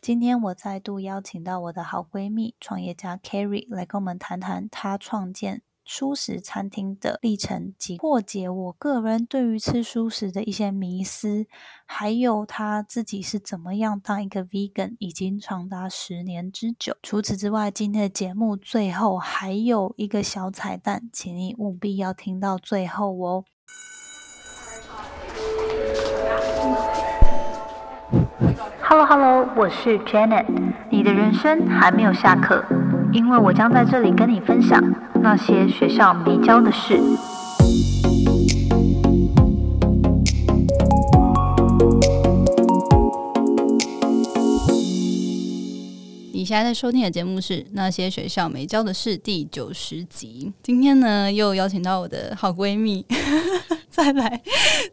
今天我再度邀请到我的好闺蜜创业家 Carrie 来跟我们谈谈她创建素食餐厅的历程及破解我个人对于吃素食的一些迷思，还有她自己是怎么样当一个 vegan 已经长达十年之久。除此之外，今天的节目最后还有一个小彩蛋，请你务必要听到最后哦。Hello Hello，我是 Janet。你的人生还没有下课，因为我将在这里跟你分享那些学校没教的事。你现在在收听的节目是《那些学校没教的事》第九十集。今天呢，又邀请到我的好闺蜜 再来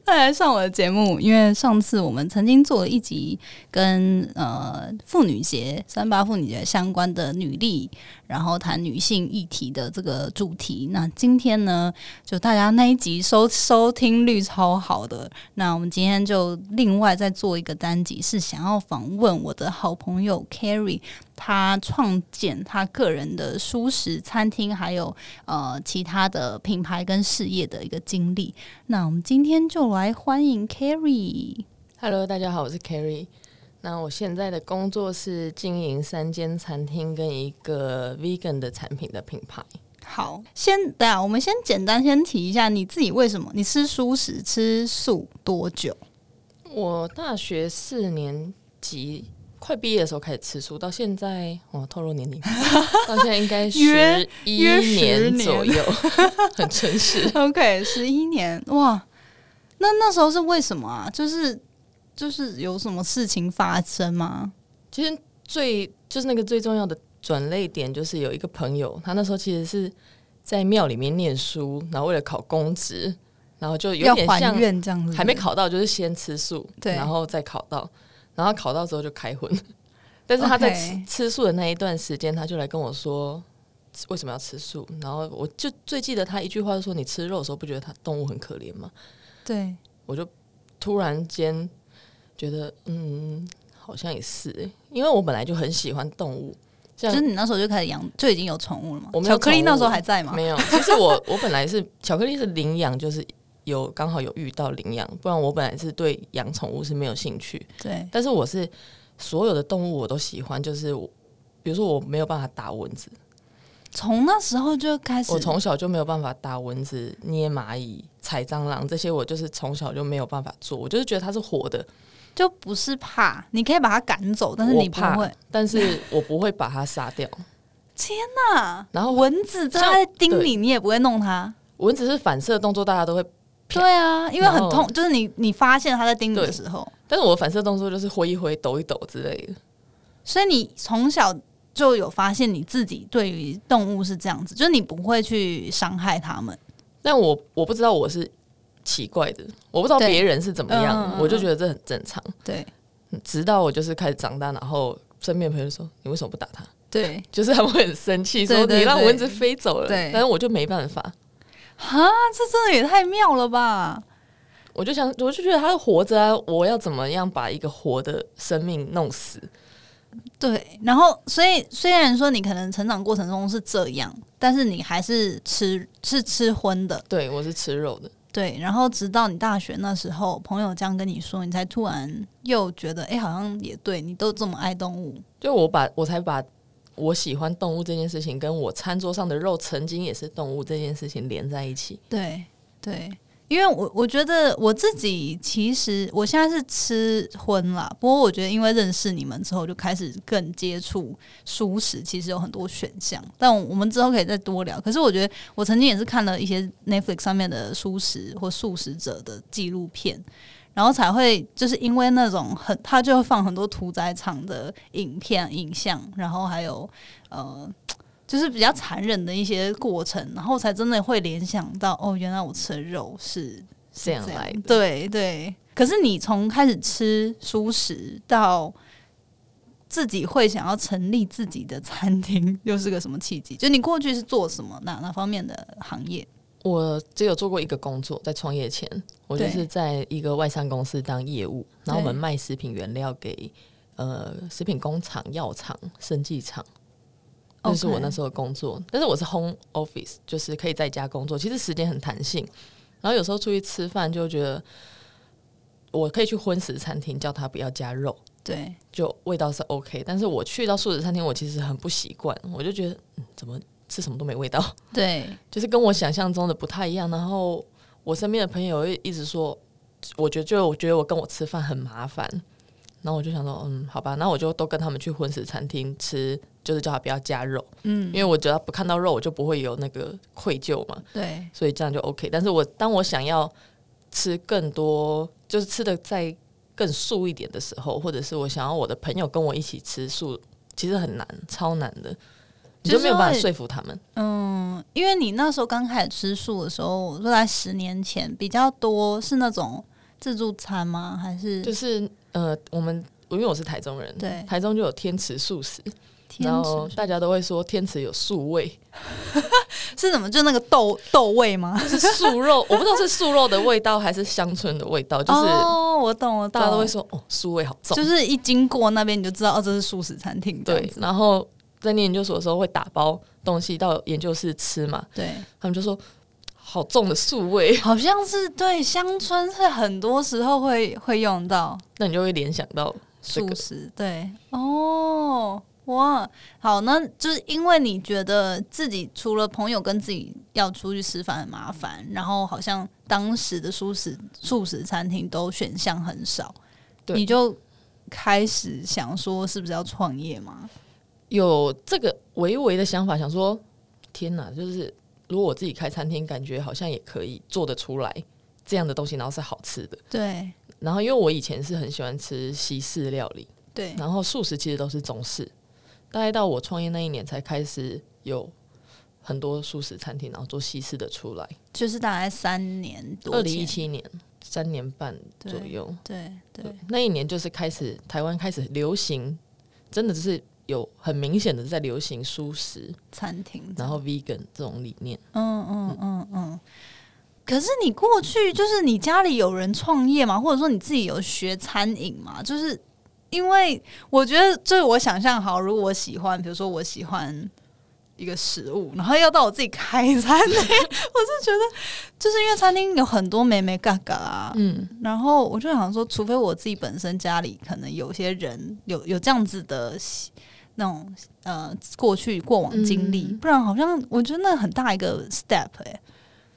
再来上我的节目，因为上次我们曾经做了一集跟呃妇女节、三八妇女节相关的女力，然后谈女性议题的这个主题。那今天呢，就大家那一集收收听率超好的，那我们今天就另外再做一个单集，是想要访问我的好朋友 Carrie。他创建他个人的舒适餐厅，还有呃其他的品牌跟事业的一个经历。那我们今天就来欢迎 Carrie。 Hello，大家好，我是 Carrie。那我现在的工作是经营三间餐厅跟一个 vegan 的产品的品牌。好，先等下，我们先简单先提一下你自己为什么你吃素食吃素多 久？我大学四年级快毕业的时候开始吃素，到现在我透露 年龄，到现在应该约十一约十年年左右， 很诚实。 OK，十一年哇，那那时候是为什么啊？就是就是有什么事情发生吗？其实最就是那个最重要的转捩点，就是有一个朋友，他那时候其实是在庙里面念书，然后为了考公职，然后就有要点还像愿这样子，还没考到，就是先吃素，嗯对然后再考到，然后考到之后就开荤。 但是他在吃 OK 吃素的那一段时间，他就来跟我说为什么要吃素，然后我就最记得他一句话是说：“你吃肉的时候不觉得它动物很可怜吗对。？”我就突然间觉得，嗯，好像也是、欸，因为我本来就很喜欢动物，像就是你那时候就开始养，就已经有宠物了吗？我没有巧克力宠物那时候还在吗？没有，其实我我本来是巧克力是领养，就是有刚好有遇到领养，不然我本来是对养宠物是没有兴趣。对，但是我是所有的动物我都喜欢，就是我，比如说我没有办法打蚊子，从那时候就开始，我从小就没有办法打蚊子、捏蚂蚁、踩蟑螂这些，我就是从小就没有办法做。我就是觉得它是活的，就不是怕，你可以把它赶走，但是我你不怕会。但是我不会把它杀掉。那然后蚊子它像在叮对你，你也不会弄它。蚊子是反射动作，大家都会，对啊，因为很然后痛，就是你你发现它在叮你的对时候，但是我的反射动作就是挥一挥、抖一抖之类的。所以你从小就有发现你自己对于动物是这样子，就是你不会去伤害它们。但我我不知道我是奇怪的，我不知道对别人是怎么嗯嗯样嗯，我就觉得这很正常。对直到我就是开始长大，然后身边的朋友就说：“你为什么不打它？”对，就是他们会很生气，说对对你让对蚊子飞走了。对但是我就没办法，哈，这真的也太妙了吧！我就想，我就觉得它是活着啊，我要怎么样把一个活的生命弄死？对，然后所以虽然说你可能成长过程中是这样，但是你还是吃是吃荤的，对我是吃肉的，对。然后直到你大学那时候，朋友这样跟你说，你才突然又觉得，哎，好像也对，你都这么爱动物，就我把我才把我喜欢动物这件事情，跟我餐桌上的肉曾经也是动物这件事情连在一起。对对，因为我我觉得我自己其实我现在是吃荤啦，不过我觉得因为认识你们之后，就开始更接触素食，其实有很多选项，但我们之后可以再多聊。可是我觉得我曾经也是看了一些 Netflix 上面的素食或素食者的纪录片。然后才会就是因为那种很，他就会放很多屠宰场的影片、影像，然后还有呃就是比较残忍的一些过程，然后才真的会联想到哦，原来我吃的肉是这样来的对对，可是你从开始吃素食到自己会想要成立自己的餐厅，又是个什么契机？就你过去是做什么哪哪方面的行业？我只有做过一个工作，在创业前，我就对是在一个外商公司当业务，然后我们卖食品原料给呃食品工厂、药厂、生技厂， OK 那是我那时候的工作。但是我是 home office，就是可以在家工作，其实时间很弹性。然后有时候出去吃饭就觉得，我可以去荤食餐厅叫他不要加肉，对，就味道是 OK。但是我去到素食餐厅，我其实很不习惯，我就觉得、嗯、怎么吃什么都没味道。 对，就是跟我想象中的不太一样。然后我身边的朋友一直说，我觉得就我觉得我跟我吃饭很麻烦。然后我就想说，嗯，好吧，那我就都跟他们去荤食餐厅吃，就是叫他不要加肉，嗯因，为我只要不看到肉，我就不会有那个愧疚嘛，对，所以这样就 OK。但是我当我想要吃更多，就是吃的再更素一点的时候，或者是我想要我的朋友跟我一起吃素，其实很难，超难的，你就没有办就是法会说服他们。嗯，因为你那时候刚开始吃素的时候，我说在十年前比较多是那种自助餐吗？还是就是呃，我们因为我是台中人，对台中就有天池素食，天然后池大家都会说天池有素味， 是怎么就那个豆豆味吗？就是素肉，我不知道是素肉的味道还是乡村的味道，就是哦，我懂，我懂，大家都会说哦，素味好重，就是一经过那边你就知道哦，这是素食餐厅这样对。子。然后在念研究所的时候会打包东西到研究室吃嘛，对，他们就说好重的素味，好像是对乡村是很多时候会会用到 那你就会联想到这素个食。对，哦，哇，好，那就是因为你觉得自己除了朋友跟自己要出去吃饭很麻烦，然后好像当时的素食素食餐厅都选项很少，对你就开始想说是不是要创业吗？有这个微微的想法，想说天哪，就是如果我自己开餐厅，感觉好像也可以做得出来这样的东西，然后是好吃的。对然后因为我以前是很喜欢吃西式料理，对，然后素食其实都是中式，大概到我创业那一年才开始有很多素食餐厅，然后做西式的出来。就是大概三年多，二零一，七年，三年半对左右，对对对，那一年就是开始台湾开始流行，真的就是有很明显的在流行素食，餐厅这样，然后 vegan 这种理念。嗯嗯嗯嗯。可是你过去就是你家里有人创业吗？或者说你自己有学餐饮吗？就是因为我觉得，就是我想象好，如果我喜欢，比如说我喜欢一个食物，然后要到我自己开餐厅，我 是觉得就是因为餐厅有很多美美嘎嘎啊，嗯，然后我就想说，除非我自己本身家里可能有些人有有这样子的习那种呃过去过往经历，嗯不然好像我觉得那很大一个 step 哎、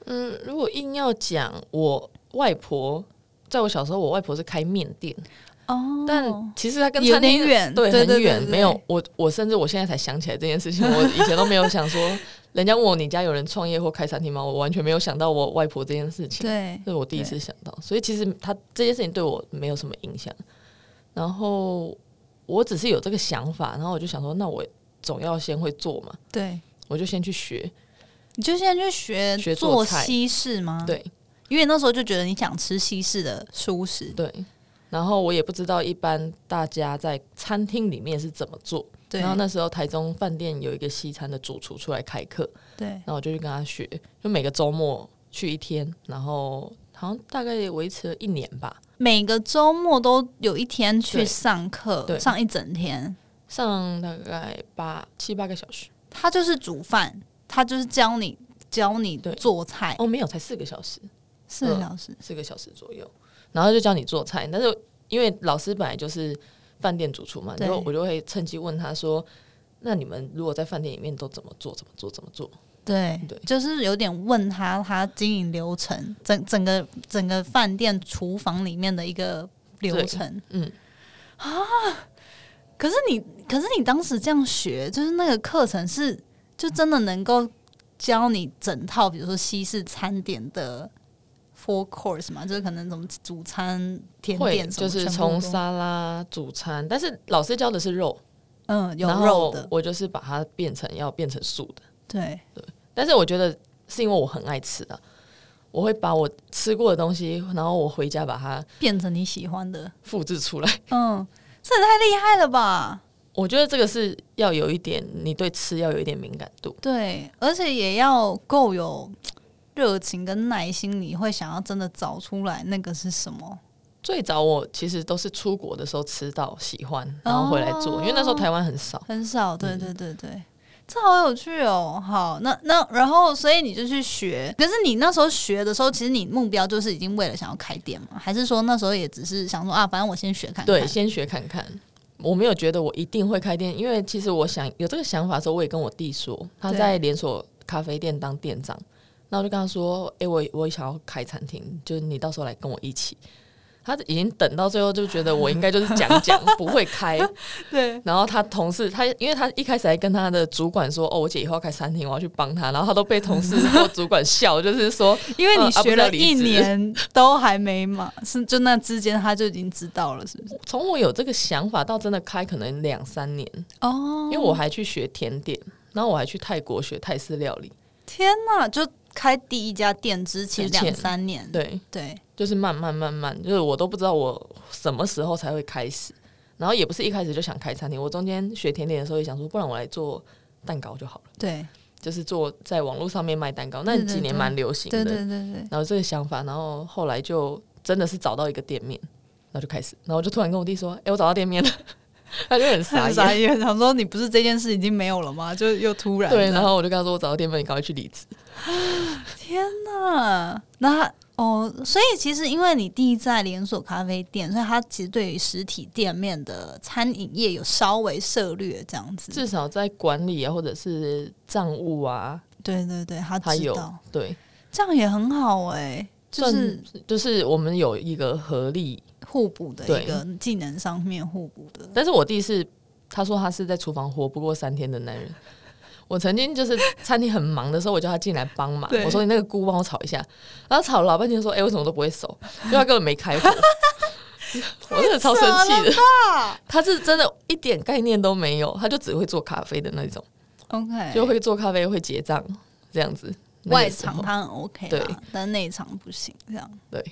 嗯，如果硬要讲，我外婆在我小时候，我外婆是开面店，哦但其实她跟有餐点厅远，对对很远，对对没有我我甚至我现在才想起来这件事情，我以前都没有想说， 人家问我你家有人创业或开餐厅吗？我完全没有想到我外婆这件事情，对这是我第一次想到，所以其实她这件事情对我没有什么影响。然后我只是有这个想法，然后我就想说，那我总要先会做嘛，对，我就先去学，你就现在去学学做做菜西式吗？，对。因为那时候就觉得你想吃西式的舒适，对，然后我也不知道一般大家在餐厅里面是怎么做。对然后那时候台中饭店有一个西餐的主厨出来开课，对然后我就去跟他学，就每个周末去一天，然后好像大概维持了一年吧，每个周末都有一天去对上课，对上一整天。上大概八七八个小时。他就是煮饭，他就是教你教你对做菜，哦，没嗯有，才四个小时，四个小时。四个小时左右，然后就教你做菜。但是因为老师本来就是饭店主厨嘛，对然后我就会趁机问他说：“那你们如果在饭店里面都怎么做？怎么做？怎么做？”对，对就是有点问他他经营流程，整整个整个饭店厨房里面的一个流程。嗯，可是你，可是你当时这样学，就是那个课程是就真的能够教你整套，比如说西式餐点的 four course 嘛，就是可能什么主餐、甜会点什就么，是全部从都沙拉、主餐，但是老师教的是肉，嗯有然肉后的，我就是把它变成要变成素的。对但是我觉得是因为我很爱吃啊，我会把我吃过的东西，然后我回家把它变成你喜欢的。复制出来。 嗯，这也太厉害了吧！我觉得这个是要有一点，你对吃要有一点敏感度。对，而且也要够有热情跟耐心，你会想要真的找出来那个是什么。最早我其实都是出国的时候吃到喜欢，然后回来做，因为那时候台湾很少。很少，对对对对，这好有趣哦。好，那那然后，所以你就去学，可是你那时候学的时候，其实你目标就是已经为了想要开店嘛，还是说那时候也只是想说啊，反正我先学看看？对，先学看看。我没有觉得我一定会开店，因为其实我想有这个想法的时候，我也跟我弟说，他对在连锁咖啡店当店长，那我就跟他说：“诶，我我也想要开餐厅，就是你到时候来跟我一起。”他已经等到最后就觉得我应该就是讲讲不会开，对，然后他同事他因为他一开始还跟他的主管说：“哦，我姐以后要开餐厅，我要去帮她。”然后他都被同事或主管笑，就是说因为你呃啊不学是要了离一职年都还没嘛，是就那之间他就已经知道了，是不是？从我有这个想法到真的开，可能两三年，哦因为我还去学甜点，然后我还去泰国学泰式料理，天哪，就开第一家店之前之前两三年，对，对就是慢慢慢慢，就是我都不知道我什么时候才会开始，然后也不是一开始就想开餐厅，我中间学甜点的时候也想说，不然我来做蛋糕就好了，对就是做在网络上面卖蛋糕，那对对几年蛮流行的，对对对对，然后这个想法，然后后来就真的是找到一个店面，然后就开始，然后我就突然跟我弟说，哎、我找到店面了， 他就很 傻很 眼，傻眼，想说你不是这件事已经没有了吗？就又突然对，这样然后我就跟他说，我找到店面，你赶快去离职。天呐，那他哦，所以其实因为你弟在连锁咖啡店，所以他其实对于实体店面的餐饮业有稍微涉略这样子。至少在管理啊，或者是账务啊，对对对，他他知有道，对，这样也很好哎、就是算就是我们有一个合力。互补的对一个技能上面互补的。但是我弟是他说他是在厨房活不过三天的男人。我曾经就是餐厅很忙的时候，我叫他进来帮忙对，我说你那个菇帮我炒一下，然后炒了老半天说，哎、为什么都不会熟？因为他根本没开火。 我真的超生气的，他是真的一点概念都没有，他就只会做咖啡的那种， OK，就会做咖啡会结账这样子。那个哎外时场候他很 OK 啦，对但内场不行，这样对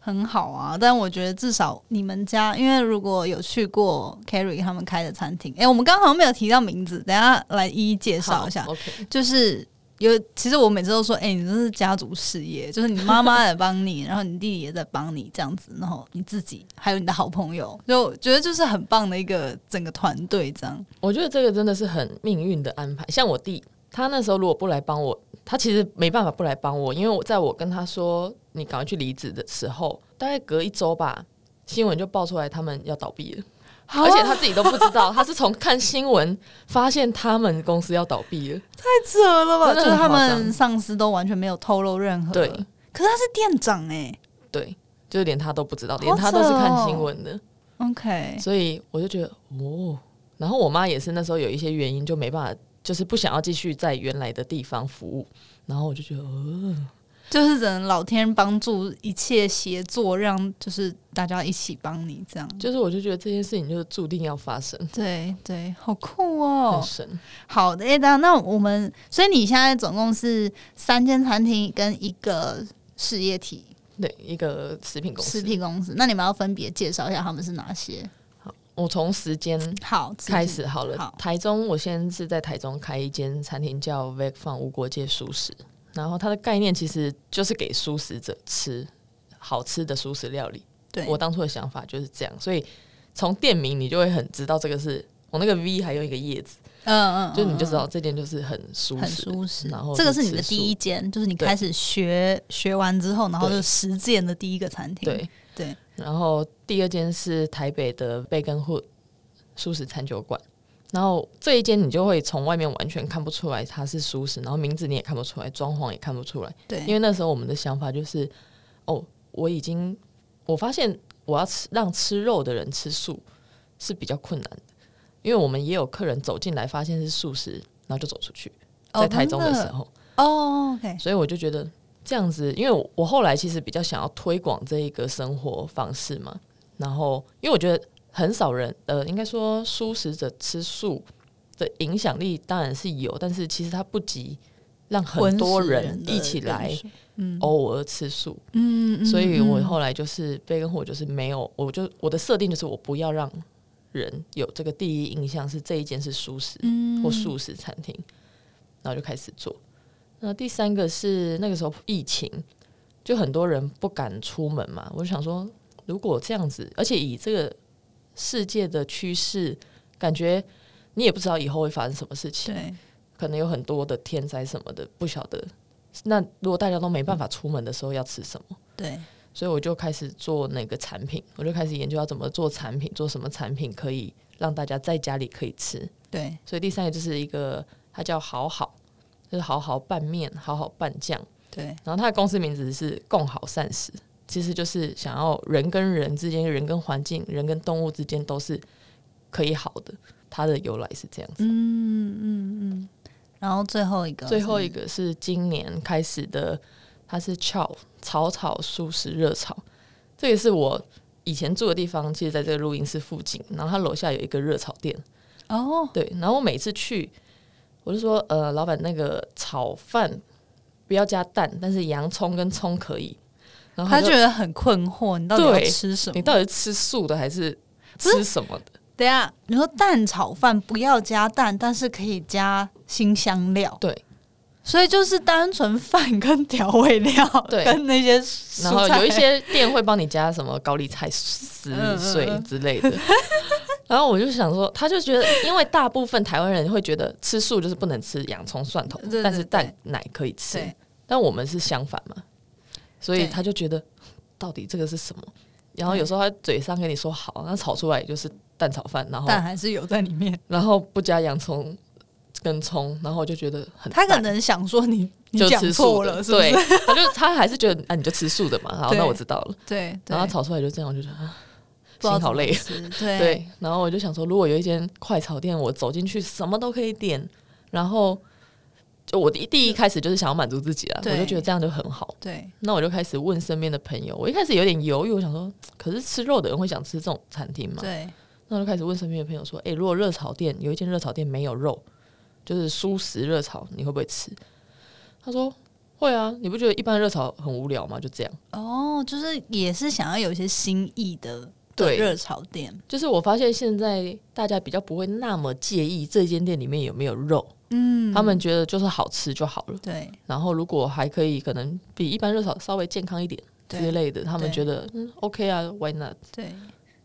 很好啊。但我觉得至少你们家，因为如果有去过 Carrie 他们开的餐厅，诶，哎我们刚刚好像没有提到名字，等一下来一一介绍一下好。，OK，就是有，其实我每次都说，哎、你这是家族事业，就是你妈妈也帮你，然后你弟弟也在帮你这样子，然后你自己还有你的好朋友，就我觉得就是很棒的一个整个团队这样。我觉得这个真的是很命运的安排。像我弟，他那时候如果不来帮我，他其实没办法不来帮我，因为我在我跟他说你赶快去离职的时候，大概隔一周吧，新闻就爆出来他们要倒闭了，而且他自己都不知道，他是从看新闻发现他们公司要倒闭了。太扯了吧就是真的他很夸张们上司都完全没有透露任何。对可是他是店长哎、对，就是连他都不知道，好连他都是看扯哦新闻的， o k 所以我就觉得哦。然后我妈也是那时候有一些原因就没办法，就是不想要继续在原来的地方服务，然后我就觉得嗯呃。就是只能老天帮助一切协作，让就是大家一起帮你这样。就是我就觉得这件事情就是注定要发生，对对，好酷哦！很神。好的，诶，那那我们，所以你现在总共是三间餐厅跟一个事业体对，一个食品公司食。品公司，那你们要分别介绍一下他们是哪些？我从时间好，开始好了。好台中，我先是在台中开一间餐厅叫 Veg Fun 无国界素食，然后它的概念其实就是给素食者吃好吃的素食料理。对，我当初的想法就是这样，所以从店名你就会很知道这个是我那个 V 还有一个叶子，嗯嗯，就你就知嗯道这间就是很素嗯很食。舒适。然后这个是是你的吃第素一间，就是你对开始学学完之后，然后对就实践的第一个餐厅。对 对，然后第二间是台北的贝根 hood 素食餐酒馆，然后这一间你就会从外面完全看不出来它是素食，然后名字你也看不出来，装潢也看不出来，对，因为那时候我们的想法就是，哦，我已经我发现我要吃让吃肉的人吃素是比较困难的，因为我们也有客人走进来发现是素食，然后就走出去，哦在台中的真时的候，哦，OK，所以我就觉得这样子，因为我我后来其实比较想要推广这一个生活方式嘛，然后因为我觉得很少人，呃，应该说素食者吃素的影响力当然是有，但是其实它不及让很多人一起来嗯，偶尔吃素，嗯嗯嗯，所以我嗯后来就是被跟火就是没有，我就我的设定就是我不要让人有这个第一印象是这一间是素食，嗯或素食餐厅，然后就开始做。那第三个是那个时候疫情，就很多人不敢出门嘛，我就想说，如果这样子，而且以这个世界的趋势，感觉你也不知道以后会发生什么事情，对，可能有很多的天灾什么的，不晓得。那如果大家都没办法出门的时候，要吃什么？对，所以我就开始做那个产品，我就开始研究要怎么做产品，做什么产品可以让大家在家里可以吃。对，所以第三个就是一个，它叫好好，就是好好拌面，好好拌酱。对，然后它的公司名字是“共好膳食”，其实就是想要人跟人之间、人跟环境、人跟动物之间都是可以好的。它的由来是这样子。然后最后一个是，最后一个是今年开始的，它是 Chow 草草素食热炒，这也是我以前住的地方，其实在这个录音室附近，然后它楼下有一个热炒店，哦，对，然后我每次去，我就说，呃，老板那个炒饭不要加蛋，但是洋葱跟葱可以，然后他就觉得很困惑，你到底要对吃什么你？到底是吃素的还是不是吃什么的？等一下，你说蛋炒饭不要加蛋，但是可以加新香料，对，所以就是单纯饭跟调味料，对跟那些蔬然后菜有一些店会帮你加什么高丽菜丝嗯嗯碎嗯之类的。 然后我就想说，他就觉得，因为大部分台湾人会觉得吃素就是不能吃洋葱、蒜头对对，但是蛋奶可以吃对。但我们是相反嘛，所以对他就觉得到底这个是什么？然后有时候他嘴上跟你说好，那炒出来也就是蛋炒饭，然后蛋还是有在里面。然后不加洋葱跟葱，然后我就觉得很他可淡能想说你你就讲吃素错的了，是不是？对，他就他还是觉得啊，你就吃素的嘛。好，对那我知道了。对，然后对炒出来就这样，我就觉得啊，不知道心好怎么累。吃对对，然后我就想说，如果有一间快炒店，我走进去什么都可以点，然后就我第第一开始就是想要满足自己啊，对我就觉得这样就很好。对那我就开始问身边的朋友，我一开始有点犹豫，我想说，可是吃肉的人会想吃这种餐厅吗？对那我就开始问身边的朋友说，诶，如果热炒店有一间热炒店没有肉，就是素食热炒，你会不会吃？他说会啊，你不觉得一般热炒很无聊吗？就这样。哦，就是也是想要有一些新意的的对热炒店，就是我发现现在大家比较不会那么介意这间店里面有没有肉，嗯，他们觉得就是好吃就好了。对然后如果还可以，可能比一般热炒稍微健康一点之对类的，他们对觉得嗯 OK 啊，Why not？对，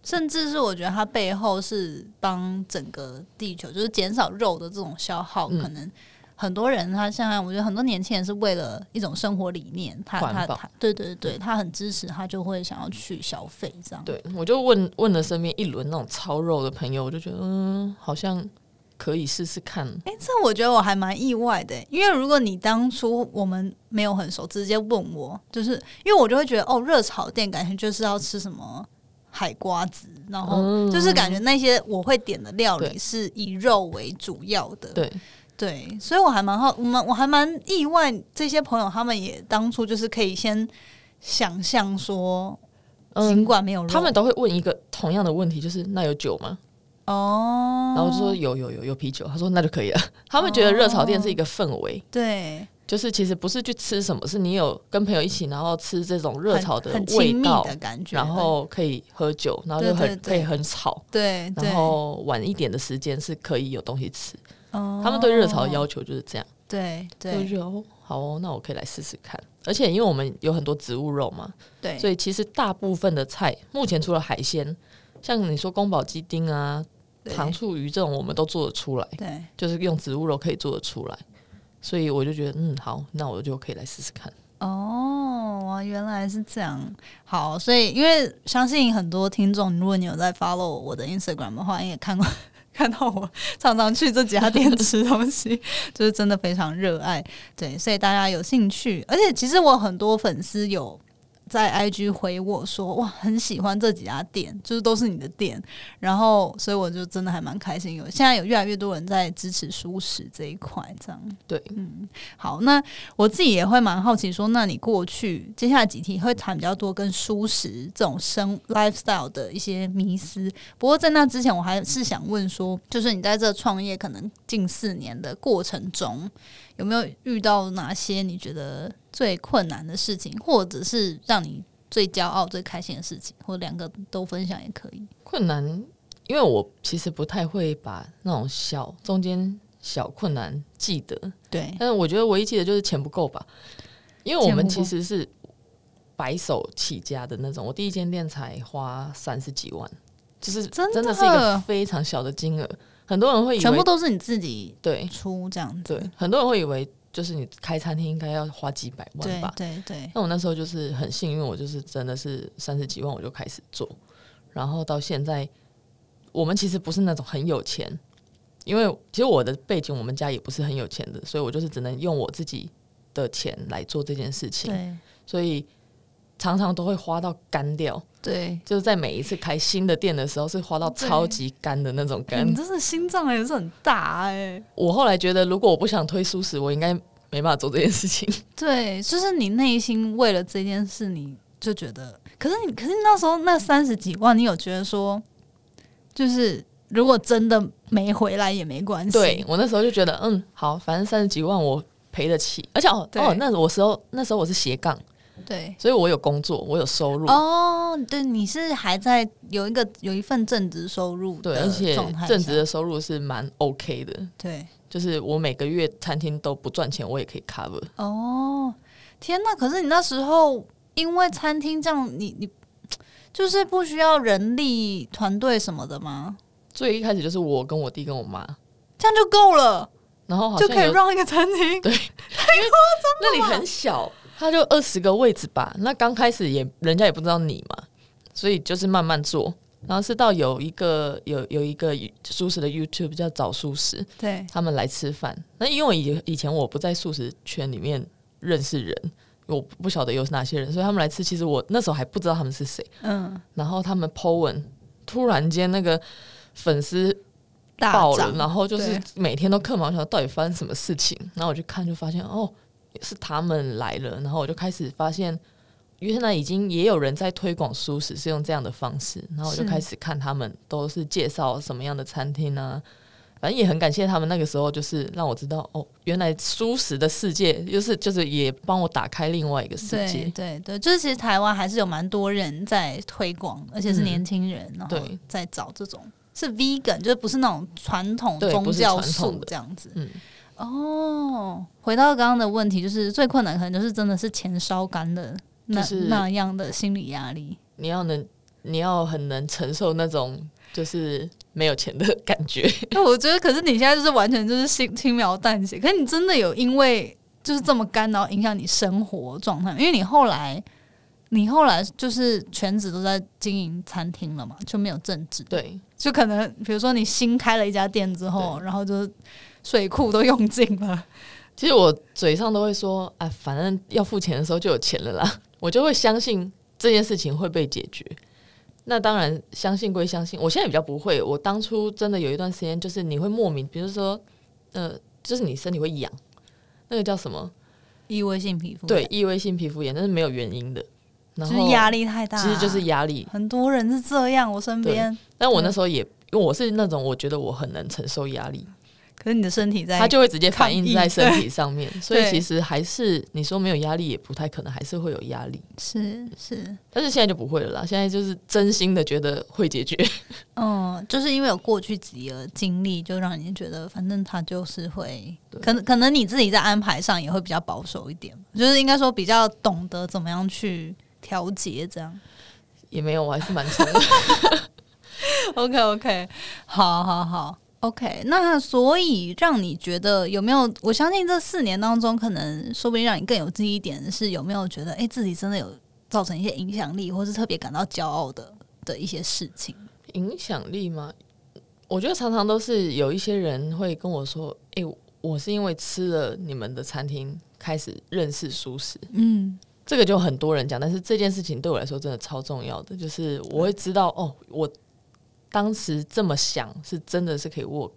甚至是我觉得它背后是帮整个地球，就是减少肉的这种消耗，嗯可能。很多人他像我觉得很多年轻人是为了一种生活理念，他他环保他，对对对，他很支持，他就会想要去消费这样。对，我就问问了身边一轮那种超肉的朋友，我就觉得嗯，好像可以试试看。哎、这我觉得我还蛮意外的欸，因为如果你当初我们没有很熟，直接问我，就是因为我就会觉得哦，热炒店感觉就是要吃什么海瓜子，然后就是感觉那些我会点的料理嗯对是以肉为主要的，对，对所以我还蛮好，我们我还蛮意外，这些朋友他们也当初就是可以先想象说，尽嗯，管没有肉，他们都会问一个同样的问题，就是那有酒吗？哦，哦然后我就说有有有有啤酒，他说那就可以了。 他们觉得热炒店是一个氛围。对，就是其实不是去吃什么，是你有跟朋友一起，然后吃这种热很炒的很味亲密道，的感觉，然后可以喝酒，然后就对很对对可以很吵，对对，然后晚一点的时间是可以有东西吃。哦他们对热炒的要求就是这样，对所以我对就觉得哦，好哦，那我可以来试试看。而且因为我们有很多植物肉嘛，对，所以其实大部分的菜目前除了海鲜，像你说宫保鸡丁啊、对糖醋鱼这种，我们都做得出来，对就是用植物肉可以做得出来。所以我就觉得嗯，好，那我就可以来试试看。哦，哇原来是这样。好，所以因为相信很多听众，如果你有在 follow 我的 Instagram 的话，你也看过 看到我常常去这几家店吃东西，就是真的非常热爱。对，所以大家有兴趣，而且其实我很多粉丝有。在 IG 回我说哇，很喜欢这几家店，就是都是你的店，然后所以我就真的还蛮开心，有现在有越来越多人在支持舒适这一块，这样对，嗯，好，那我自己也会蛮好奇说，那你过去接下来几题会谈比较多跟舒适这种生 lifestyle 的一些迷思。不过在那之前，我还是想问说，就是你在这创业可能近四年的过程中，有没有遇到哪些你觉得最困难的事情，或者是让你最骄傲、最开心的事情，或两个都分享也可以。困难，因为我其实不太会把那种小中间小困难记得，对但是我觉得唯一记得就是钱不够吧，因为我钱们不够其实是白手起家的那种。我第一间店才花三十几万，就是真的真的是一个非常小的金额。很多人会以为全部都是你自己对出这样子。对，很多人会以为就是你开餐厅应该要花几百万吧？对对那我那时候就是很幸运，我就是真的是三十几万我就开始做，然后到现在，我们其实不是那种很有钱，因为其实我的背景，我们家也不是很有钱的，所以我就是只能用我自己的钱来做这件事情，对所以常常都会花到干掉，对就是在每一次开新的店的时候是花到对超级干的那种对，干欸你。真是心脏也是很大哎、我后来觉得，如果我不想推素食，我应该没办法做这件事情。对，就是你内心为了这件事，你就觉得，可是你，可是那时候那三十几万，你有觉得说，就是如果真的没回来也没 关系，对，我那时候就觉得，嗯，好，反正三十几万我赔得起，而且哦对哦，那我时候那时候我是斜杠，对。所以我有工作，我有收入，哦，对，你是还在有一个有一份正职收入对，的而且状态正下职的收入是蛮 OK 的，对就是我每个月餐厅都不赚钱，我也可以 cover。哦，天呐！可是你那时候因为餐厅这样，你你就是不需要人力团队什么的吗？最一开始就是我跟我弟跟我妈，这样就够了，然后好就像可以有，让一个餐厅。那里很小，他就二十个位置吧，那刚开始也人家也不知道你嘛，所以就是慢慢做。然后是到有一个有有一个素食的 YouTube 叫找素食，对他们来吃饭。那因为以以前我不在素食圈里面认识人，我不晓得有哪些人，所以他们来吃，其实我那时候还不知道他们是谁。嗯，然后他们 po 文，突然间那个粉丝大爆了，涨然后就是对每天都客满，我想说到底发生什么事情？然后我去看，就发现哦，是他们来了，然后我就开始发现。原来已经也有人在推广素食，是用这样的方式，然后我就是开始看他们都是介绍什么样的餐厅啊，反正也很感谢他们那个时候，就是让我知道哦，原来素食的世界，就是就是也帮我打开另外一个世对界。对对，就是其实台湾还是有蛮多人在推广，而且是嗯年轻人，然后对在找这种是 vegan，就是不是那种传统对宗不是教传统素的这样子。嗯，哦，回到刚刚的问题，就是最困难可能就是真的是钱烧干的那、就是那样的心理压力。你要能，你要很能承受那种就是没有钱的感觉。 那我觉得，可是你现在就是完全就是轻轻描淡写，可是你真的有因为就是这么干，然后影响你生活状态吗，因为你后来。你后来就是全职都在经营餐厅了嘛，就没有正职。，对，就可能比如说你新开了一家店之后，然后就是水库都用尽了。其实我嘴上都会说啊，反正要付钱的时候就有钱了啦， 我就会相信这件事情会被解决。那当然，相信归相信，我现在比较不会。我当初真的有一段时间，就是你会莫名，比如说，呃，就是你身体会痒，那个叫什么？异位性皮肤对，，异位性皮肤炎，那是没有原因的。然就后是压力太大，其实就是压力。很多人是这样，我身边，但我那时候也，因为我是那种我觉得我很能承受压力，可是你的身体在，它就会直接反抗映议在身体上面。所以对其实还是你说没有压力也不太可能，还是会有压力。是是，但是现在就不会了啦，现在就是真心的觉得会解决。嗯，就是因为有过去几个经历，就让你觉得反正他就是会，可能可能你自己在安排上也会比较保守一点，就是应该说比较懂得怎么样去调节这样。也没有，我还是蛮冲的。 OK OK，好 好好，OK。那所以让你觉得有没有？我相信这四年当中，可能说不定让你更有记忆点的是有没有觉得，哎、自己真的有造成一些影响力，或是特别感到骄傲的的一些事情。影响力吗？我觉得常常都是有一些人会跟我说：“诶，我是因为吃了你们的餐厅开始认识素食。”嗯，这个就很多人讲，但是这件事情对我来说真的超重要的，就是我会知道哦，我当时这么想是真的是可以 work，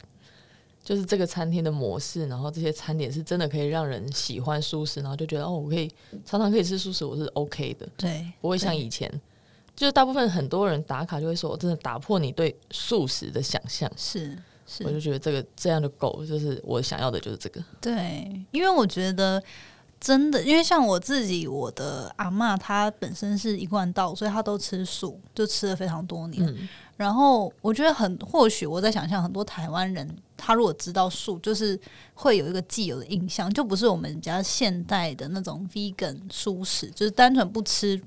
就是这个餐厅的模式，然后这些餐点是真的可以让人喜欢素食，然后就觉得哦，我可以常常可以吃素食，我是 OK 的，对，不会像以前，就是大部分很多人打卡就会说，我真的打破你对素食的想象，是我是，就觉得这个这样就够了，就是我想要的就是这个，对，因为我觉得。真的，因为像我自己，我的阿嬷她本身是一贯道，所以她都吃素，就吃了非常多年。嗯，然后我觉得很，或许我在想象很多台湾人，他如果知道素，就是会有一个既有的印象，就不是我们比较现代的那种 vegan 素食，就是单纯不吃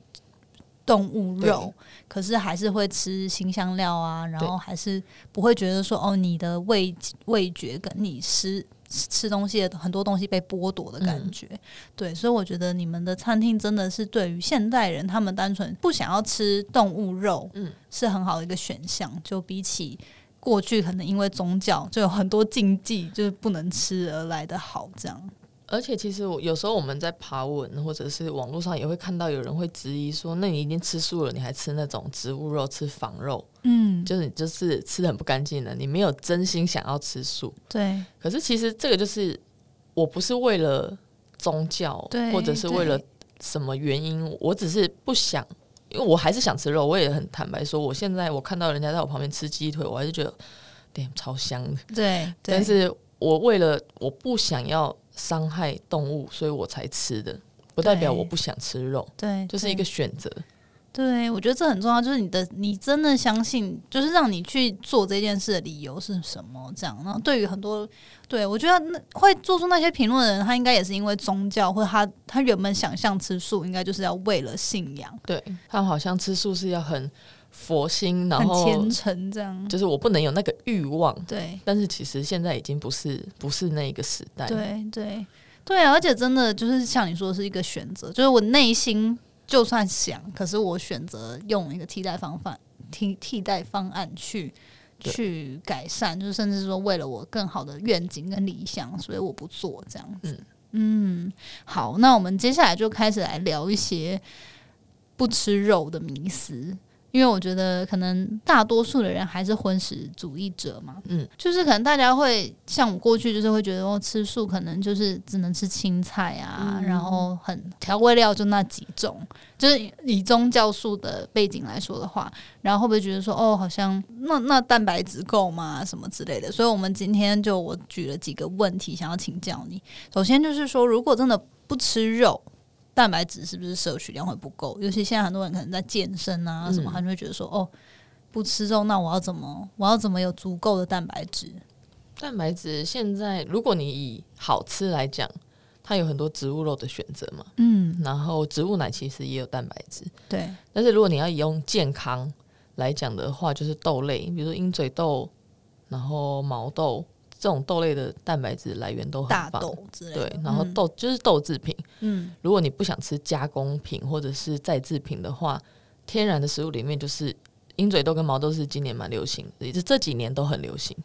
动物肉对，可是还是会吃新香料啊，然对后还是不会觉得说哦，你的味味觉跟你吃吃东西的很多东西被剥夺的感觉。嗯对，所以我觉得你们的餐厅真的是对于现代人，他们单纯不想要吃动物肉，嗯是很好的一个选项。就比起过去可能因为宗教就有很多禁忌，就是不能吃而来的好，这样。而且其实我有时候我们在爬文或者是网络上也会看到有人会质疑说，那你已经吃素了，你还吃那种植物肉、吃仿肉，嗯，就是你就是吃的很不干净的，你没有真心想要吃素。对，可是其实这个就是我不是为了宗教对，或者是为了对什么原因，我只是不想，因为我还是想吃肉。我也很坦白说，我现在我看到人家在我旁边吃鸡腿，我还是觉得点超香的。对，对但是我为了我不想要伤害动物，所以我才吃的，不代表对我不想吃肉，对，就是一个选择。对，我觉得这很重要，就是你的，你真的相信，就是让你去做这件事的理由是什么？这样，然后对于很多，对我觉得那会做出那些评论的人，他应该也是因为宗教，或者他他原本想象吃素，应该就是要为了信仰，对他们好像吃素是要很佛心，然很后虔诚这样。就是我不能有那个欲望。对但是其实现在已经不是不是那一个时代，对对对啊！而且真的就是像你说，是一个选择，就是我内心就算想，可是我选择用一个替代方法，替替代方案去对去改善，就是甚至说为了我更好的愿景跟理想，所以我不做这样子。嗯好，那我们接下来就开始来聊一些不吃肉的迷思。因为我觉得，可能大多数的人还是荤食主义者嘛，嗯，就是可能大家会像我过去，就是会觉得哦，吃素可能就是只能吃青菜啊，然后很调味料就那几种，就是以宗教素的背景来说的话，然后会不会觉得说，哦，好像那那蛋白质够吗？什么之类的？所以，我们今天就我举了几个问题，想要请教你。首先就是说，如果真的不吃肉，蛋白质是不是摄取量会不够？尤其现在很多人可能在健身啊什么，嗯他就会觉得说，哦，不吃肉，那我要怎么，我要怎么有足够的蛋白质？蛋白质现在如果你以好吃来讲，它有很多植物肉的选择嘛，嗯，然后植物奶其实也有蛋白质，对，但是如果你要用健康来讲的话，就是豆类，比如说鹰嘴豆，然后毛豆这种豆类的蛋白质来源都很大棒。豆嗯之类的，对，然后豆、就是豆制品。嗯，如果你不想吃加工品或者是再制品的话，天然的食物里面就是鹰嘴豆跟毛豆是今年蛮流行的，也是这几年都很流行。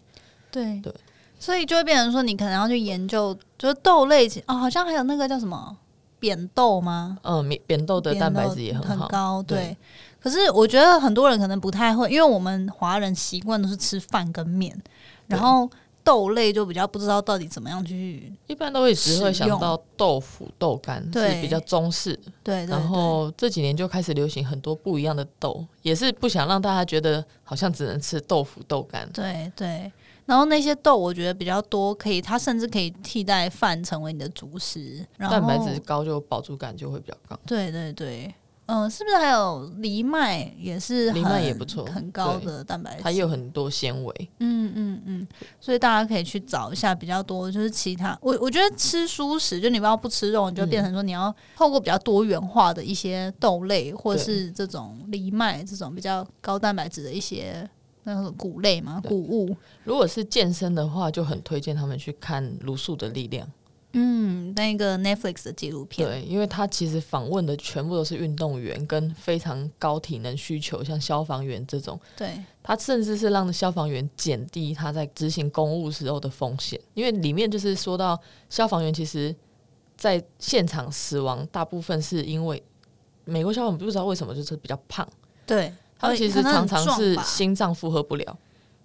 对对，所以就会变成说，你可能要去研究，就是豆类其哦，好像还有那个叫什么扁豆吗？嗯，扁扁豆的扁蛋白豆质也很好。高，对。对可是我觉得很多人可能不太会，因为我们华人习惯都是吃饭跟面，然后豆类就比较不知道到底怎么样去一般都会只会使想用到豆腐、豆干对是比较中式的对对然后这几年就开始流行很多不一样的豆，也是不想让大家觉得好像只能吃豆腐豆干。对对，然后那些豆我觉得比较多，可以它甚至可以替代饭成为你的主食，然后蛋白质高就饱足感就会比较高。对对对，嗯、是不是还有藜麦也是藜麦很也不错很高对的蛋白质？它也有很多纤维，嗯嗯嗯，所以大家可以去找一下比较多，就是其他我我觉得吃蔬食，就你不要不吃肉，你就变嗯成说你要透过比较多元化的一些豆类，或是这种藜麦这种比较高蛋白质的一些那种谷类嘛对谷物。如果是健身的话，就很推荐他们去看《卢素的力量》。嗯，那个 Netflix 的纪录片，对，因为他其实访问的全部都是运动员跟非常高体能需求，像消防员这种，对他甚至是让消防员减低他在执行公务时候的风险。因为里面就是说到消防员其实在现场死亡，大部分是因为美国消防员不知道为什么就是比较哦胖，对，哎他们其实可能很常常壮是吧心脏负荷不了，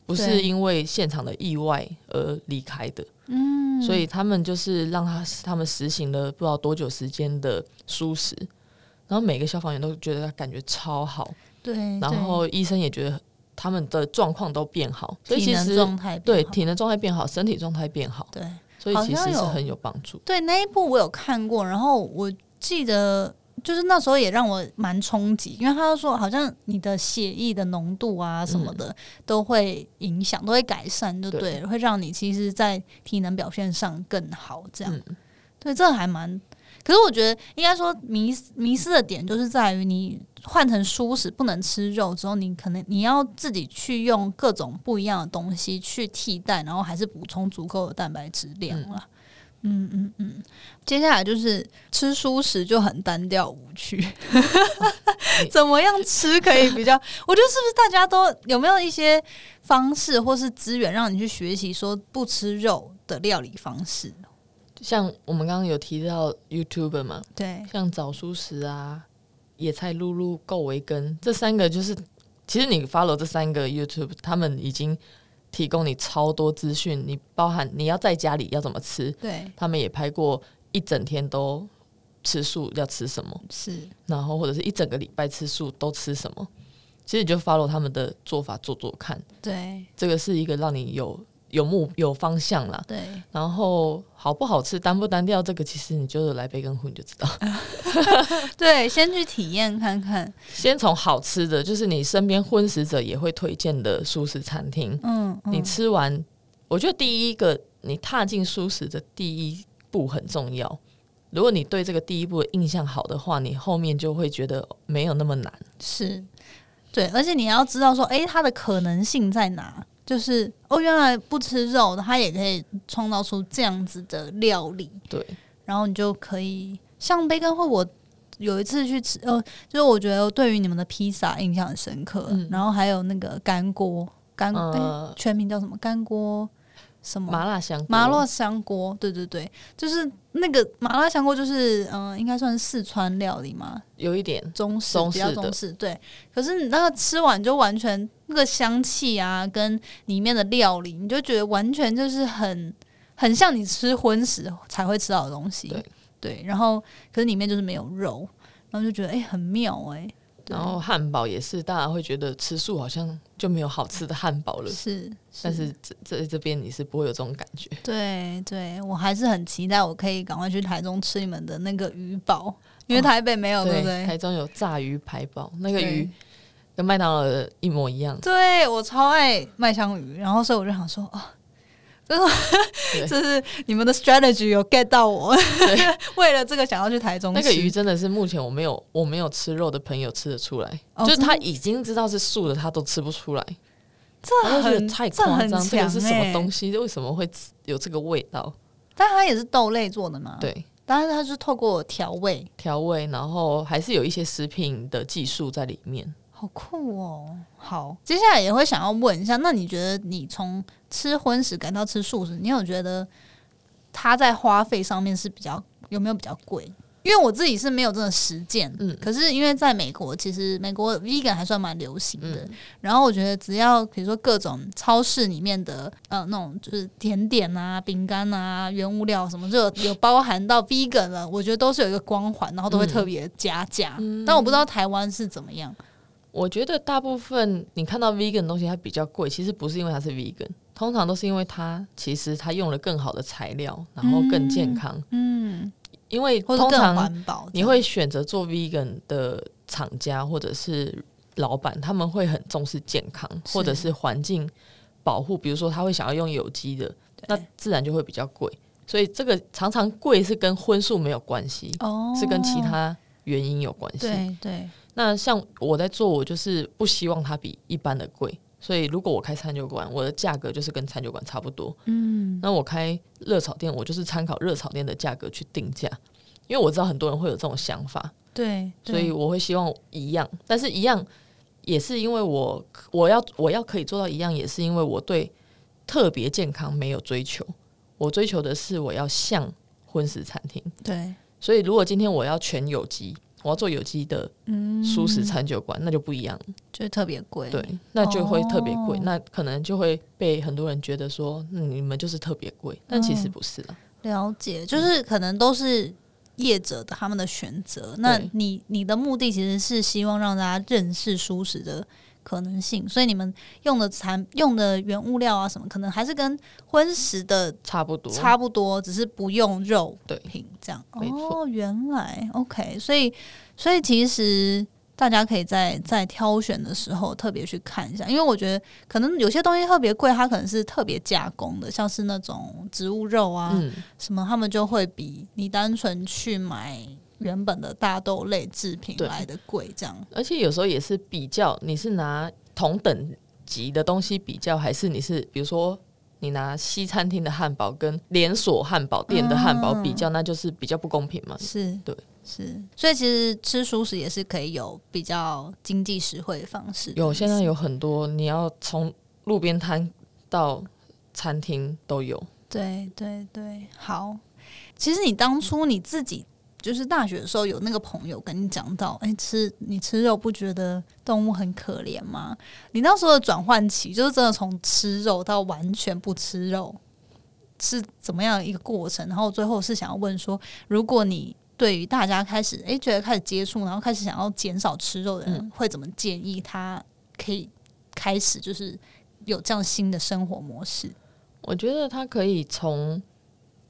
不是对因为现场的意外而离开的。嗯，所以他们就是让他他们实行了不知道多久时间的舒适，然后每个消防员都觉得他感觉超好，对，然对后医生也觉得他们的状况都变好，所以体其能实状态变对好体能状态变好，身体状态变好，对。所以好其像实是有很有帮助。对那一部我有看过，然后我记得就是那时候也让我蛮冲击，因为他就说好像你的血液的浓度啊什么的、都会影响，都会改善，就对了，会让你其实，在体能表现上更好。这样，嗯对，这还蛮。可是我觉得应该说迷失迷失的点就是在于你换成素食不能吃肉之后，你可能你要自己去用各种不一样的东西去替代，然后还是补充足够的蛋白质量啦。嗯嗯嗯接下来就是吃素食就很单调无 趣，怎么样吃可以比较？我觉得是不是大家都有没有一些方式或是资源让你去学习说不吃肉的料理方式？像我们刚刚有提到 YouTuber 嘛，对，像早熟食啊、野菜露露、够维根这三个，就是其实你 follow 这三个 YouTube，他们已经提供你超多资讯，你包含你要在家里要怎么吃，对，他们也拍过一整天都吃素要吃什么，是，然后或者是一整个礼拜吃素都吃什么，其实你就 follow 他们的做法做做看，对，这个是一个让你有有目有方向啦。对，然后好不好吃、单不单调，这个其实你就是来杯根糊你就知道。 对，先去体验看看。先从好吃的，就是你身边荤食者也会推荐的素食餐厅，嗯，嗯你吃完，我觉得第一个你踏进素食的第一步很重要。如果你对这个第一步的印象好的话，你后面就会觉得没有那么难。是，对，而且你要知道说，诶，它的可能性在哪？就是哦，原来不吃肉，它也可以创造出这样子的料理。对，然后你就可以像贝根会，我有一次去吃，呃，就是我觉得对于你们的披萨印象很深刻，嗯然后还有那个干锅，干锅、呃诶全名叫什么？干锅什么？麻辣香锅麻辣香锅，对对对，就是那个麻辣香锅，就是嗯、呃应该算是四川料理嘛，有一点，中式中比较式的中式，对。可是你那个吃完就完全那个香气啊，跟里面的料理，你就觉得完全就是很很像你吃荤食才会吃到的东西，对对然后可是里面就是没有肉，然后就觉得哎、诶很妙哎、对然后汉堡也是，大家会觉得吃素好像就没有好吃的汉堡了，是，但是这这这边你是不会有这种感觉。对对，我还是很期待我可以赶快去台中吃你们的那个鱼堡，因哦为台北没有，对不对？台中有炸鱼排堡，那个对鱼跟麦当劳的一模一样。对我超爱麦香鱼，然后所以我就想说，哦，就是 对就是你们的 strategy 有 get 到我， 为了这个想要去台中那吃个鱼真的是目前我没有我没有吃肉的朋友吃得出来，哦就是真的他已经知道是素的，他都吃不出来，这他就觉得很太这夸很张，强、欸，这个是什么东西？为什么会吃有这个味道？但它也是豆类做的嘛，，对，但是它是透过调味，调味，然后还是有一些食品的技术在里面。好酷哦。好，接下来也会想要问一下，那你觉得你从吃荤食改到吃素食，你有觉得它在花费上面是比较有没有比较贵？因为我自己是没有真的实践，嗯可是因为在美国，其实美国 vegan 还算蛮流行的。然后我觉得只要比如说各种超市里面的呃那种就是甜点啊、饼干啊、原物料什么，就有有包含到 vegan 了，我觉得都是有一个光环，然后都会特别加价。但我不知道台湾是怎么样。我觉得大部分你看到 vegan 的东西它比较贵，其实不是因为它是 vegan，通常都是因为它其实它用了更好的材料，然后更健康。嗯，因为或者通更常环保这样，你会选择做 vegan 的厂家或者是老板，他们会很重视健康是或者是环境保护，比如说他会想要用有机的，那自然就会比较贵。所以这个常常贵是跟荤素没有关系，哦，是跟其他原因有关系。对对那像我在做，我就是不希望它比一般的贵。所以，如果我开餐酒馆，我的价格就是跟餐酒馆差不多。嗯，那我开热炒店，我就是参考热炒店的价格去定价，因为我知道很多人会有这种想法，对，对所以我会希望一样。但是，一样也是因为我我要我要可以做到一样，也是因为我对特别健康没有追求，我追求的是我要像荤食餐厅。对所以，如果今天我要全有机，我要做有机的嗯素食餐酒馆，那就不一样，就特别贵，对，那就会特别贵，哦那可能就会被很多人觉得说，嗯、你们就是特别贵，但其实不是啦。了解，嗯就是可能都是业者的他们的选择。那对你你的目的其实是希望让大家认识舒适的可能性，所以你们用的产用的原物料啊什么，可能还是跟荤食的差不多，差不多，只是不用肉对品这样。没错哦，原来 OK，所以所以其实大家可以在在挑选的时候特别去看一下，因为我觉得可能有些东西特别贵，它可能是特别加工的，像是那种植物肉啊、嗯，什么，他们就会比你单纯去买原本的大豆类制品对嗯来的贵，这样。而且有时候也是比较，你是拿同等级的东西比较，还是你是比如说你拿西餐厅的汉堡跟连锁汉堡店的汉堡比较，那就是比较不公平嘛。是，对，是，所以其实吃素食也是可以有比较经济实惠的方式。有现在有很多，你要从路边摊到餐厅都有。对对对，好。其实你当初你自己就是大学的时候，有那个朋友跟你讲到，哎、吃你吃肉不觉得动物很可怜吗？你那时候的转换期，就是真的从吃肉到完全不吃肉，是怎么样一个过程？然后最后是想要问说，如果你对于大家开始哎、觉得开始接触，然后开始想要减少吃肉的人，嗯会怎么建议他可以开始就是有这样新的生活模式？我觉得他可以从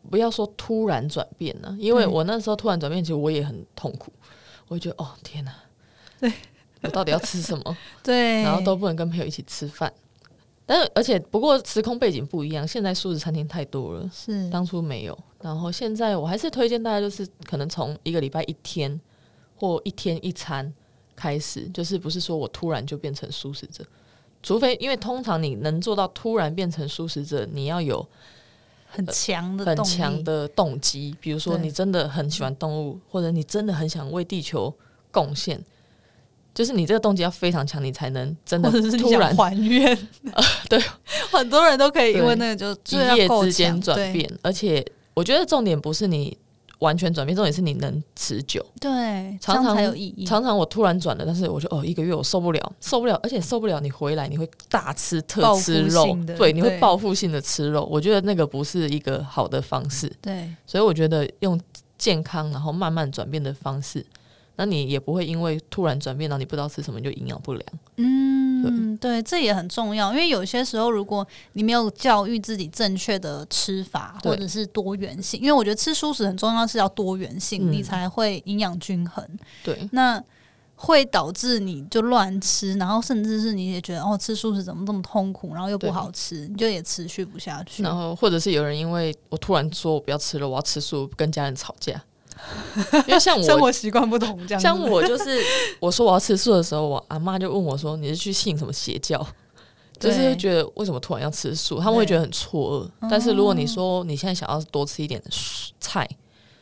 不要说突然转变呢、因为对我那时候突然转变，其实我也很痛苦，我会觉得哦天哪、我到底要吃什么？对然后都不能跟朋友一起吃饭。但是而且不过时空背景不一样，现在素食餐厅太多了，是当初没有。然后现在我还是推荐大家，就是可能从一个礼拜一天或一天一餐开始，就是不是说我突然就变成素食者，除非因为通常你能做到突然变成素食者，你要有很强的很动力强的动机，比如说对你真的很喜欢动物，或者你真的很想为地球贡献，就是你这个动机要非常强，你才能真的或者是你突想然呃还愿， 对， 很多人都可以因为对那个就一就要夜啊够之间强转，变，而且我觉得重点不是你完全转变，重点是你能持久。对对，常这样才常有意义，常常我突然转了，但是我就哦一个月我受不了，受不了，而且受不了你回来你会大吃报特复吃肉性的，对，你会对报复性的吃肉，我觉得那个不是一个好的方式，对所以我觉得用健康然后慢慢转变的方式。那你也不会因为突然转变到你不知道吃什么你就营养不良，嗯，对，这也很重要，因为有些时候，如果你没有教育自己正确的吃法，对或者是多元性，因为我觉得吃素食很重要是要多元性，嗯你才会营养均衡。对那会导致你就乱吃，然后甚至是你也觉得哦，吃素食怎么这么痛苦，然后又不对好吃，你就也持续不下去。然后或者是有人因为我突然说我不要吃了，我要吃素，跟家人吵 架，因为像我生活习惯不同，这样子像我就是我说我要吃素的时候，我阿妈就问我说：“你是去信什么邪教？”就对是觉得为什么突然要吃素，他们会觉得很错愕。但是如果你说你现在想要多吃一点蔬菜，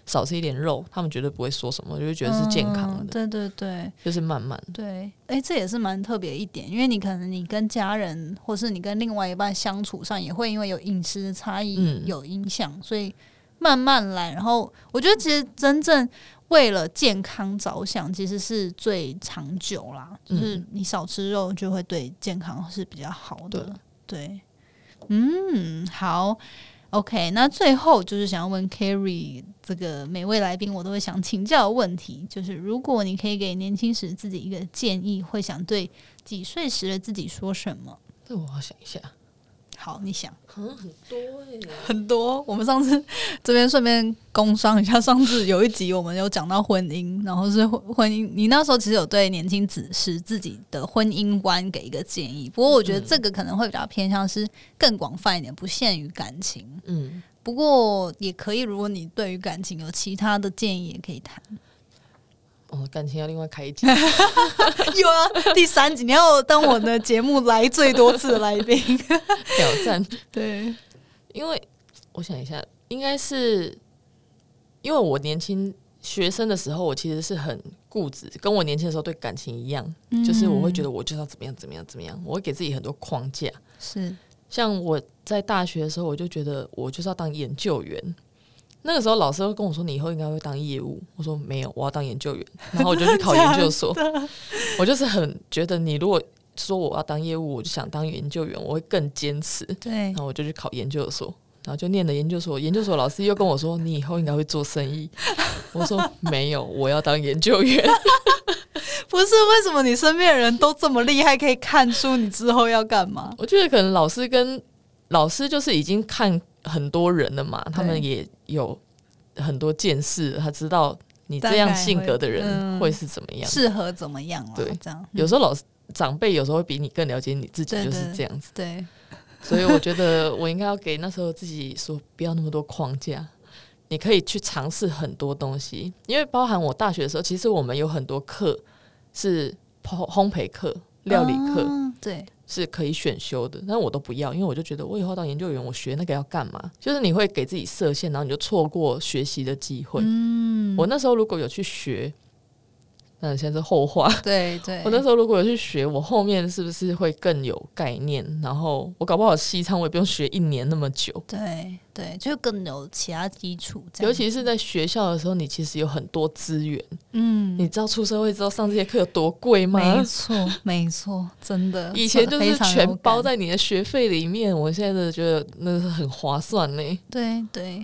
少吃一点肉，他们绝对不会说什么，就会觉得是健康嗯的，对对对就是慢慢的。对，哎、这也是蛮特别一点，因为你可能你跟家人或是你跟另外一半相处上，也会因为有饮食的差异嗯有影响，所以慢慢来。然后我觉得其实真正为了健康着想，其实是最长久啦，就是你少吃肉就会对健康是比较好的。对，嗯，好，OK。那最后就是想要问 Carrie 这个每位来宾，我都会想请教的问题，就是如果你可以给年轻时自己一个建议，会想对几岁时的自己说什么？这我要想一下，好，你想对，很多。欸我们上次这边顺便工商一下，上次有一集我们有讲到婚姻，然后是婚婚姻。你那时候其实有对年轻子时自己的婚姻观给一个建议，不过我觉得这个可能会比较偏向是更广泛一点，不限于感情。嗯，不过也可以，如果你对于感情有其他的建议，也可以 谈。哦，感情要另外开一集。有啊，第三集你要当我的节目来最多次的来宾。挑战， 对，因为我想一下，应该是因为我年轻学生的时候，我其实是很固执，跟我年轻的时候对感情一样，就是我会觉得我就是要怎么样怎么样怎么样，我会给自己很多框架。是像我在大学的时候，我就觉得我就是要当研究员。那个时候老师都跟我说，你以后应该会当业务。我说没有，我要当研究员。然后我就去考研究所。我就是很觉得，你如果说我要当业务，我就想当研究员，我会更坚持。对然，后我就去考研究所，然后就念了研究所。研究所老师又跟我说：“你以后应该会做生意。”我说：“没有，我要当研究员。不是为什么你身边的人都这么厉害，可以看出你之后要干嘛？我觉得可能老师跟老师就是已经看很多人了嘛，他们也有很多见识，他知道你这大样概性格会的人嗯会是怎么样。适合怎么样啦？对这样有时候老师长辈有时候会比你更了解你自己对，就是对这样子。对，所以我觉得我应该要给那时候自己说，不要那么多框架，你可以去尝试很多东西，因为包含我大学的时候，其实我们有很多课是烘烘焙课、料理课、啊对，是可以选修的，但我都不要，因为我就觉得我以后当研究员，我学那个要干嘛？就是你会给自己设限，然后你就错过学习的机会。嗯，我那时候如果有去学，那现在是后话。对对，我那时候如果有去学，我后面是不是会更有概念？然后我搞不好西餐我也不用学一年那么久。对对，就更有其他基础这样，尤其是在学校的时候，你其实有很多资源。嗯，你知道出社会之后上这些课有多贵没吗？错没错，真的，以前真就的是非常有全感包在你的学费里面，我现在真的觉得那是很划算呢、对对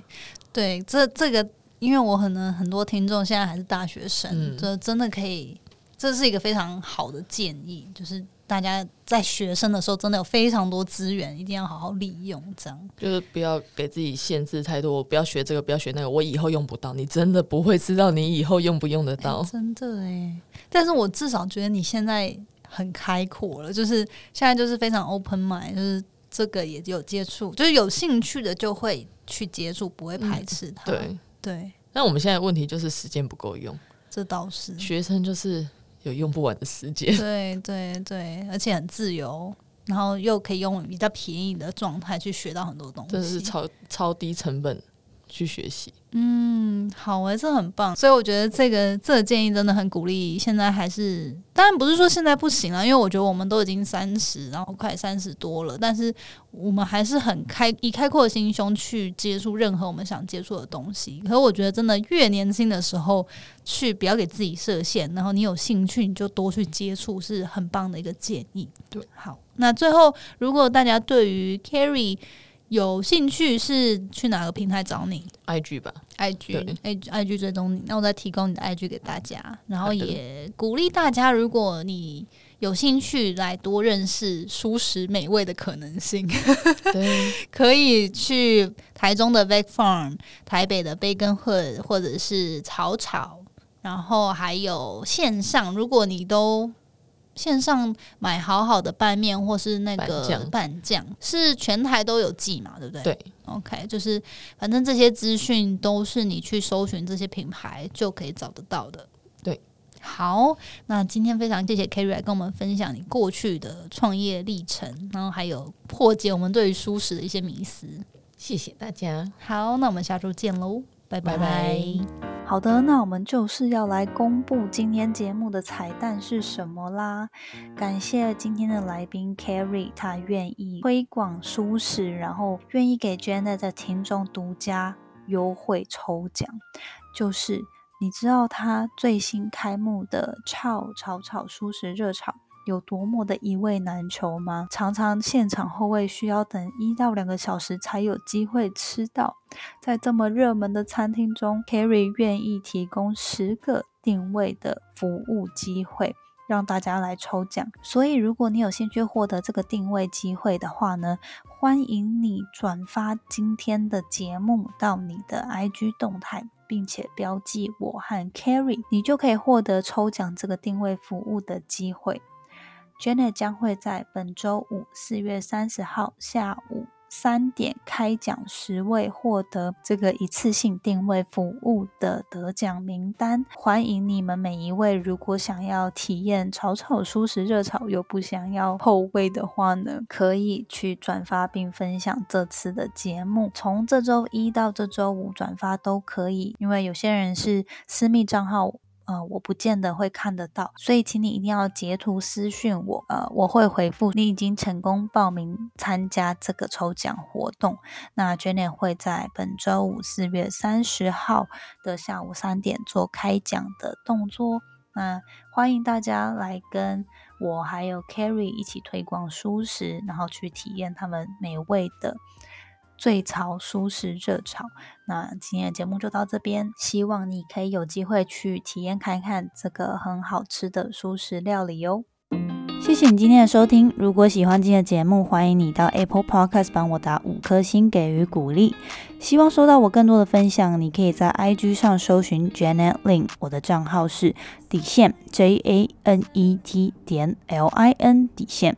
对，这这个，因为我可能很多听众现在还是大学生，嗯这、真的可以，这是一个非常好的建议，就是大家在学生的时候真的有非常多资源，一定要好好利用。这样就是不要给自己限制太多，我不要学这个，不要学那个，我以后用不到。你真的不会知道你以后用不用得到。真的哎，但是我至少觉得你现在很开阔了，就是现在就是非常 open mind，就是这个也有接触，就是有兴趣的就会去接触，不会排斥它。嗯 对，对，那我们现在的问题就是时间不够用，这倒是。学生就是有用不完的时 间。对对对，而且很自由，然后又可以用比较便宜的状态去学到很多东西， 真的是超超低成本去学习。嗯，好诶、这很棒。所以我觉得这个这个建议真的很鼓励。现在还是，当然不是说现在不行啊了，因为我觉得我们都已经三十，然后快三十多了，但是我们还是很开以开阔的心胸去接触任何我们想接触的东西。可是我觉得真的越年轻的时候去，不要给自己设限，然后你有兴趣你就多去接触，是很棒的一个建议。对，好，那最后如果大家对于 Carry 有兴趣，是去哪个平台找你？ IG 吧， IG 对 IG IG 哎追踪你，那我再提供你的 IG 给大家，然后好的也鼓励大家，如果你有兴趣来多认识舒适美味的可能性， 对，可以去台中的 Veg Farm、台北的 Bacon Hood 或者是草草，然后还有线上，如果你都线上买好好的拌面或是那拌个酱拌酱，是全台都有寄嘛，对不对？对 OK，就是反正这些资讯都是你去搜寻这些品牌就可以找得到的。对，好，那今天非常谢谢 Kerry 来跟我们分享你过去的创业历程，然后还有破解我们对于舒适的一些迷思。谢谢大家。好，那我们下周见喽，拜拜拜拜好的，那我们就是要来公布今天节目的彩蛋是什么啦。感谢今天的来宾 Carrie，他愿意推广舒适，然后愿意给 Janet 的听众独家优惠抽奖，就是你知道他最新开幕的炒炒炒舒适热炒。有多么的一味难求吗？常常现场后卫需要等一到两个小时才有机会吃到。在这么热门的餐厅中，Carrie 愿意提供十个定位的服务机会，让大家来抽奖。所以，如果你有兴趣获得这个定位机会的话呢，欢迎你转发今天的节目到你的 IG 动态。并且标记我和 Carrie，你就可以获得抽奖这个定位服务的机会。Janet 将会在本周五四月三十号下午三点开奖十位获得这个一次性定位服务的得奖名单，欢迎你们每一位。如果想要体验炒炒舒适热炒又不想要后味的话呢，可以去转发并分享这次的节目，从这周一到这周五转发都可以，因为有些人是私密账号呃，我不见得会看得到，所以请你一定要截图私讯我，呃，我会回复你已经成功报名参加这个抽奖活动。那 Janet 会在本周五四月三十号的下午三点做开奖的动作哦。那欢迎大家来跟我还有 Carrie 一起推广舒适，然后去体验他们美味的最潮舒适热潮。那今天的节目就到这边，希望你可以有机会去体验看看这个很好吃的舒适料理哦。谢谢你今天的收听。如果喜欢今天的节目，欢迎你到 Apple Podcast 帮我打五颗星给予鼓励。希望收到我更多的分享，你可以在 IG 上搜寻 Janet Lin，我的账号是底线 J A N E T 点 L I N 底线。